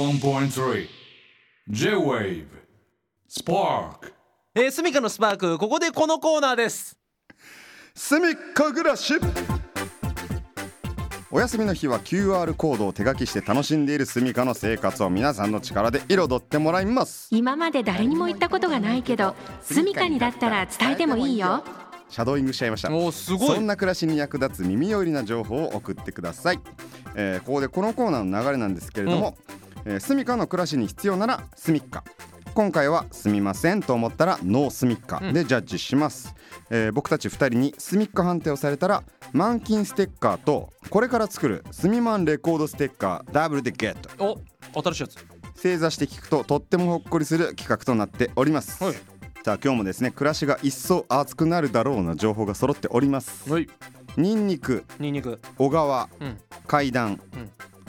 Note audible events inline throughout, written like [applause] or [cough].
81.3 J-Wave Spark えー、スミカのスパークここでこのコーナーですすみっか暮らしお休みの日は QR コードを手書きして楽しんでいるすみかの生活を皆さんの力で彩ってもらいます今まで誰にも言ったことがないけど住処にだったら伝えてもいいよシャドーイングしちゃいましたおーすごいそんな暮らしに役立つ耳寄りな情報を送ってください、えーここでこのコーナーの流れなんですけれども、えー、すみかの暮らしに必要ならすみっか今回はすみませんと思ったらノースミッカでジャッジします、えー僕たち2人にスミッカ判定をされたら満金ステッカーとこれから作るスミマンレコードステッカーダブルでゲットお新しいやつ正座して聞くととってもほっこりする企画となっております、はいさあ今日もですね暮らしが一層熱くなるだろうな情報が揃っておりますはいニンニクニンニク小川、うん階段、ん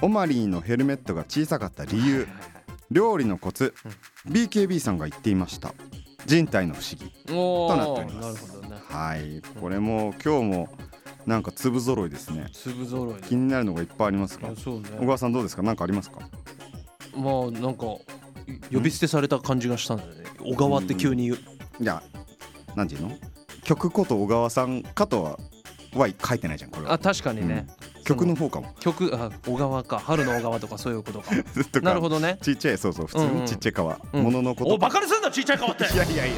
オマリーのヘルメットが小さかった理由料理のコツ、BKB さんが言っていました人体の不思議おとなっておりますなるほどねはいこれも今日もなんか粒揃いですね粒揃い気でになるのがいっぱいありますがそうね小川さんどうですか何かありますかまあなんかい呼び捨てされた感じがしたんだよね小川って急に言ういや何て言うの曲こと小川さんかとは Y 書いてないじゃんこれはあ確かにね曲のそ方かも曲あ小川か春の小川とかそういうことか [laughs] とかなるほどねちっちゃいそうそう普通うんうにんちっちゃい川、うんもののことおバカにすんなちっちゃい顔っていやいやいやいや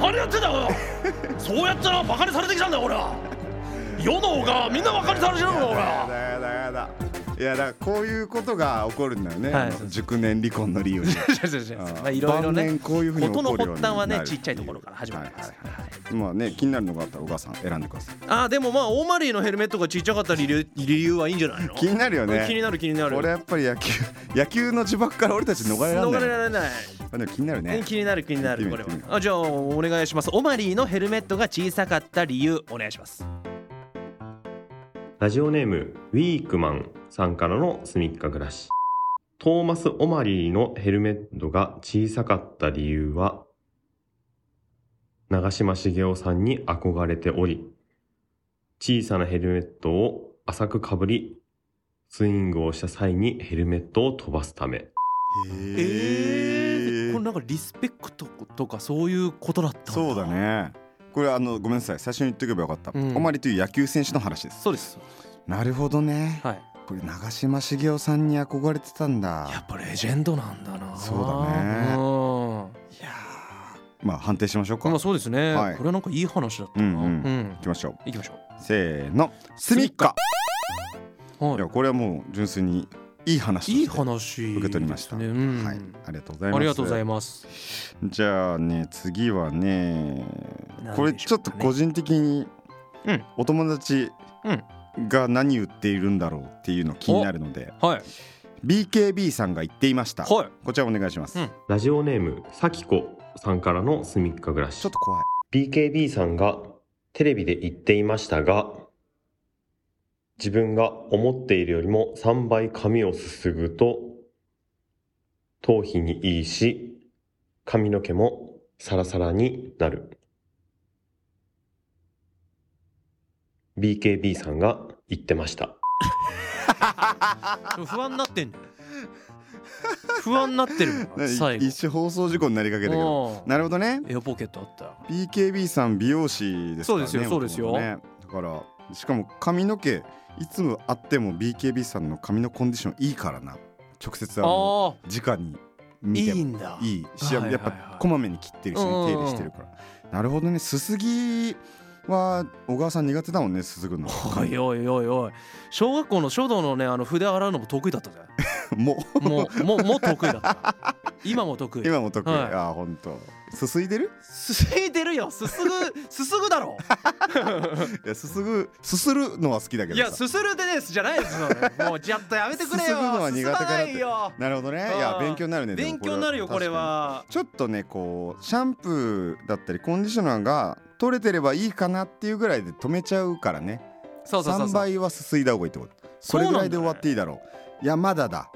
何やってんだよそうやったらバカにされてきたんだよ俺は世のがみんなバカにされてるのよ俺やはだやだやだいやだからこういうことが起こるんだよね、はいあの熟年離婚の理由に [laughs] 違う違う違うあ [laughs] ーまあいろいろ晩ね年こういうふうにこ起ことるのようになる発端はねちっちゃいところから始まりはまいすはいはいまあね気になるのがあったら小川さん選んでくださいあーでもまあオーマリーのヘルメットがちっちゃかった理由理由はいいんじゃないの気になるよね気になる気になる俺やっぱり野球野球の呪縛から俺たち逃れられな逃いれられないまあでも気になるね気になる気にな行るっこてれはみる行ってみあじゃあお願いしますオマリーのヘルメットが小さかった理由お願いしますラジオネームウィークマンさんからのすみっか暮らし。トーマス・オマリーのヘルメットが小さかった理由は、長嶋茂雄さんに憧れており、小さなヘルメットを浅くかぶり、スイングをした際にヘルメットを飛ばすため。えへーこれなんかリスペクトとかそういうことだったんだそうだねこれあのごめんなさい最初に言っておけばよかった、うんおまりという野球選手の話ですそうですなるほどね、はいこれ長嶋茂雄さんに憧れてたんだやっぱレジェンドなんだなそうだねういやーまあ判定しましょうか、んまあそうですね、はいこれはなんかいい話だったなうんうんうんいきましょう行きましょせーのスミッカう、はいいやこれはもう純粋にいい話としていい話ですね、受け取りました、うんはいありがとうございますありがとうございまます。すじゃあね次は何でしょねうかねこれちょっと個人的にうんお友達が何売っているんだろうっていうの気になるのではい。 BKB さんが言っていましたはい。こちらお願いします、うんラジオネームさきこさんからのすみっか暮らし。ちょっと怖い BKB さんがテレビで言っていましたが、自分が思っているよりも3倍髪をすすぐと、頭皮にいいし、髪の毛もサラサラになる。BKB さんが言ってました。不安になってんじゃん。不安になってるもん。 [laughs] ね最後一。種放送事故になりかけたけどおーなるほどねエアポケットあったよ。 BKB さん美容師ですからねそうですよそうですよ元々ねだからしかも髪の毛いつもあっても BKB さんの髪のコンディションいいからな直接あのああ直にー、見いていもんだ。いいしやはいはいっはいぱこまめに切ってるしうねんうんう手ん入れしてるからなるほどねすすぎは小川さん苦手だもんねすすぐのおいおいおいおい。小学校の書道のね、あの筆洗うのも得意だったぜ。 [laughs] もうもう、もう、もう得意だった。 [laughs] 今も得意。今も得意はいああほんとすす [laughs] いでるすすいでるよ。すすぐ、すすぐだろ。いやすすぐすするのは好きだけいどや、さすするでですじゃないですよ。もう、ちょっとやめてくれよ。すすぐのは苦手かなっすすまてないよ。なるほどねいやあー勉強になるねでも勉強になるよ、これは。ちょっとねこうシャンプーだったりコンディショナーが取れてればいいかなっていうぐらいで止めちゃうからねそうそうそう3そう。倍はすすいだ方がいいってことこそうれなんだぐよらいで終わっていいだろういやまだだ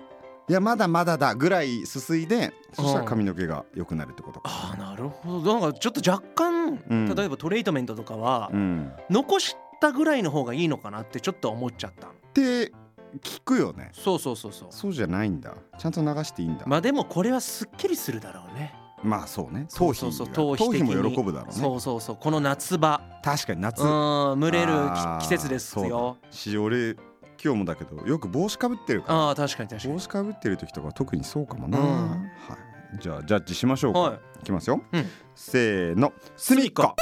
いやまだまだだぐらいすすいでそしたら髪の毛が良くなるってことかああなるほどなんかちょっと若干、うん例えばトレートメントとかは、うん残したぐらいの方がいいのかなってちょっと思っちゃったのって聞くよねそうそうそうそうそうじゃないんだちゃんと流していいんだままあでもこれはすっきりするだろうねあそうねそ頭う皮そうそうが頭皮頭的皮にも喜ぶだろうねそうそうそうこの夏場確かに夏うん蒸れるあーき季節ですよし俺今日もだけどよく帽子かぶってるかああー確かに確らか帽に子かぶってる時とか特にそうかもな、うんはい、じゃあジャッジしましょうか、はいい、きますよ、うんせーのすみっか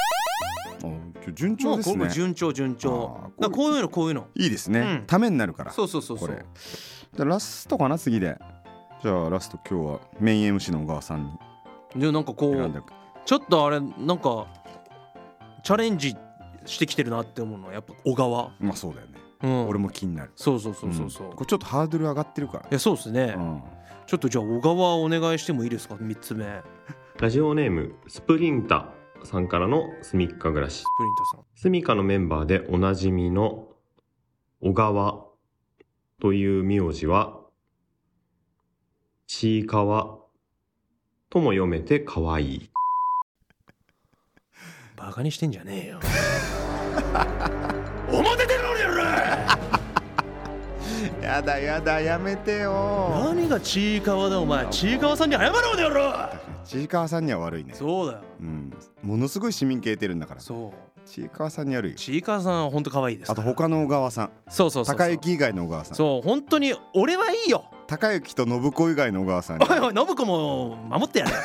あちょ順も調うですこれね順調順調あーだからこういうのこういうのいいですね、うんためになるからそうそうそうそこれうじゃあラストかな次でじゃあラスト今日はメイン MC の小川さんにでなんかこ選んうでちょっとあれなんかチャレンジしてきてるなって思うのはやっぱ小川まあそうだよね、うん俺も気になるそうそうそうそうそう、んいこれちょっとハードル上がってるからやそうですね、うんちょっとじゃあ小川お願いしてもいいですか3つ目プリンラジオネームスプリンタさんからの住みっか暮らしタさんスミカのメンバーでおなじみの小川という名字は、ちいかわとも読めてかわいい。バカにしてんじゃねえよお待ててろりやらやだやだやめてよ何がちいかわだお前ちいかわさんに謝ろうでやろちいかわさんには悪いねそうだようん、ものすごい市民系出るんだからそちいかわさんに悪いうよちいかわさんは本当可愛いですあと他の小川さんそうそうそうそう高幸以外の小川さんそう本当に俺はいいよ高幸と信子以外の小川さんにおいおい信子も守ってや [laughs] れよ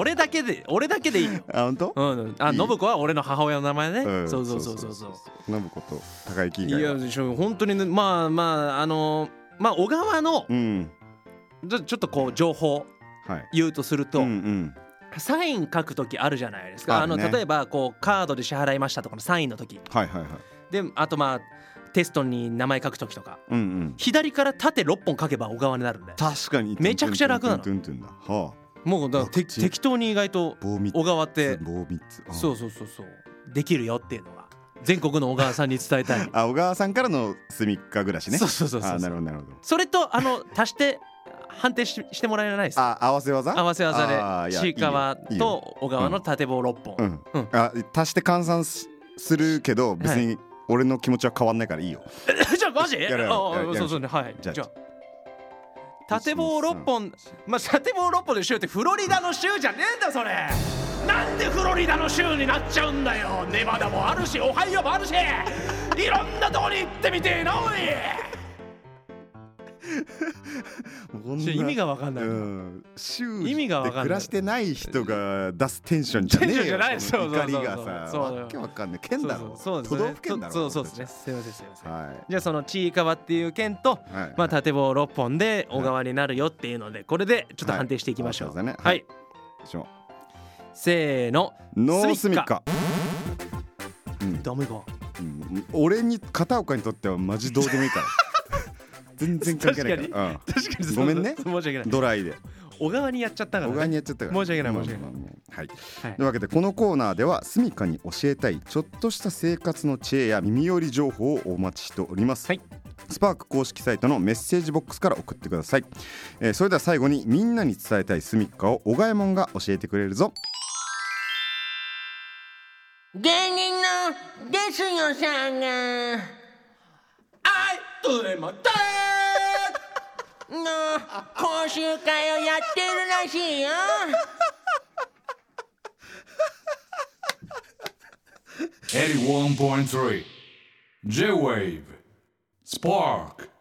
俺だけで俺だけでいいよあ本当うん、あいい信子は俺の母親の名前ね、うんそうそうそうそうそう信子と高幸以い外はやでしょ本当にねまあまああのまあ小川のうんちょちょっとこう情報はい言うとすると、うんうんサイン書く時あるじゃないですかああるねの例えばこうカードで支払いましたとかのサインの時はいはいはいであとまあテストに名前書く時とかうんうん左から縦6本書けば小川になるんで確かにめちゃくちゃ楽なのトゥントゥントゥントゥンだはあもうだからてこっち適当に意外と棒三つ小川って棒三つあそうそうそうそうできるよっていうのが全国の小川さんに伝えた [laughs] いあ小川さんからの住みっか暮らしねそうそうそうそうあなるほどなるほどそれとあの足して判定ししてもらえないですあ合わせ技合わせあ技ーでいやちいかわいいよと小川の縦棒6本、うんうんあ足して換算しするけど別に俺の気持ちは変わんないからいいよ [laughs] じゃあマジやるや [laughs] るああやるそうそうねはいじじゃゃああ縦棒6本まあ縦棒6本で州ってフロリダの州じゃねえんだそれなんでフロリダの州になっちゃうんだよネバダもあるしオハイオもある [laughs] しいろんなとこに行ってみてえなおいこんなちょ意味が分かんない、うん、州意味がわかんないで暮らしてない人が出すテンションじゃねえよテンションじゃないそうそうそうその怒りがさそうそうわけわかんない県だろそうそう都そうですね道府県だろそうそうです俺ねすいたちませんすいません、はじゃあそのちいかわっていう県といはいまあ縦棒6本で小川になるよっていうのでこれでちょっと判定していきましょうはいはいはい、しょせーのノースミッカダメかうん俺に片岡にとってはマジどうでもいいから [laughs] 全然関係ないから確かにそうごめんね申し訳なうんいドライで小川にやっちゃったから、小ね、川にやっちゃったから申し訳ない申し訳ないまあまあまあはいはいというわけでこのコーナーではスミカに教えたいちょっとした生活の知恵や耳寄り情報をお待ちしております、はいスパーク公式サイトのメッセージボックスから送ってください、えーそれでは最後にみんなに伝えたいスミカを小賀えもんが教えてくれるぞ芸人のですよさんがあいとでまたの講習会をやってるらしいよ81.3 J-Wave Spark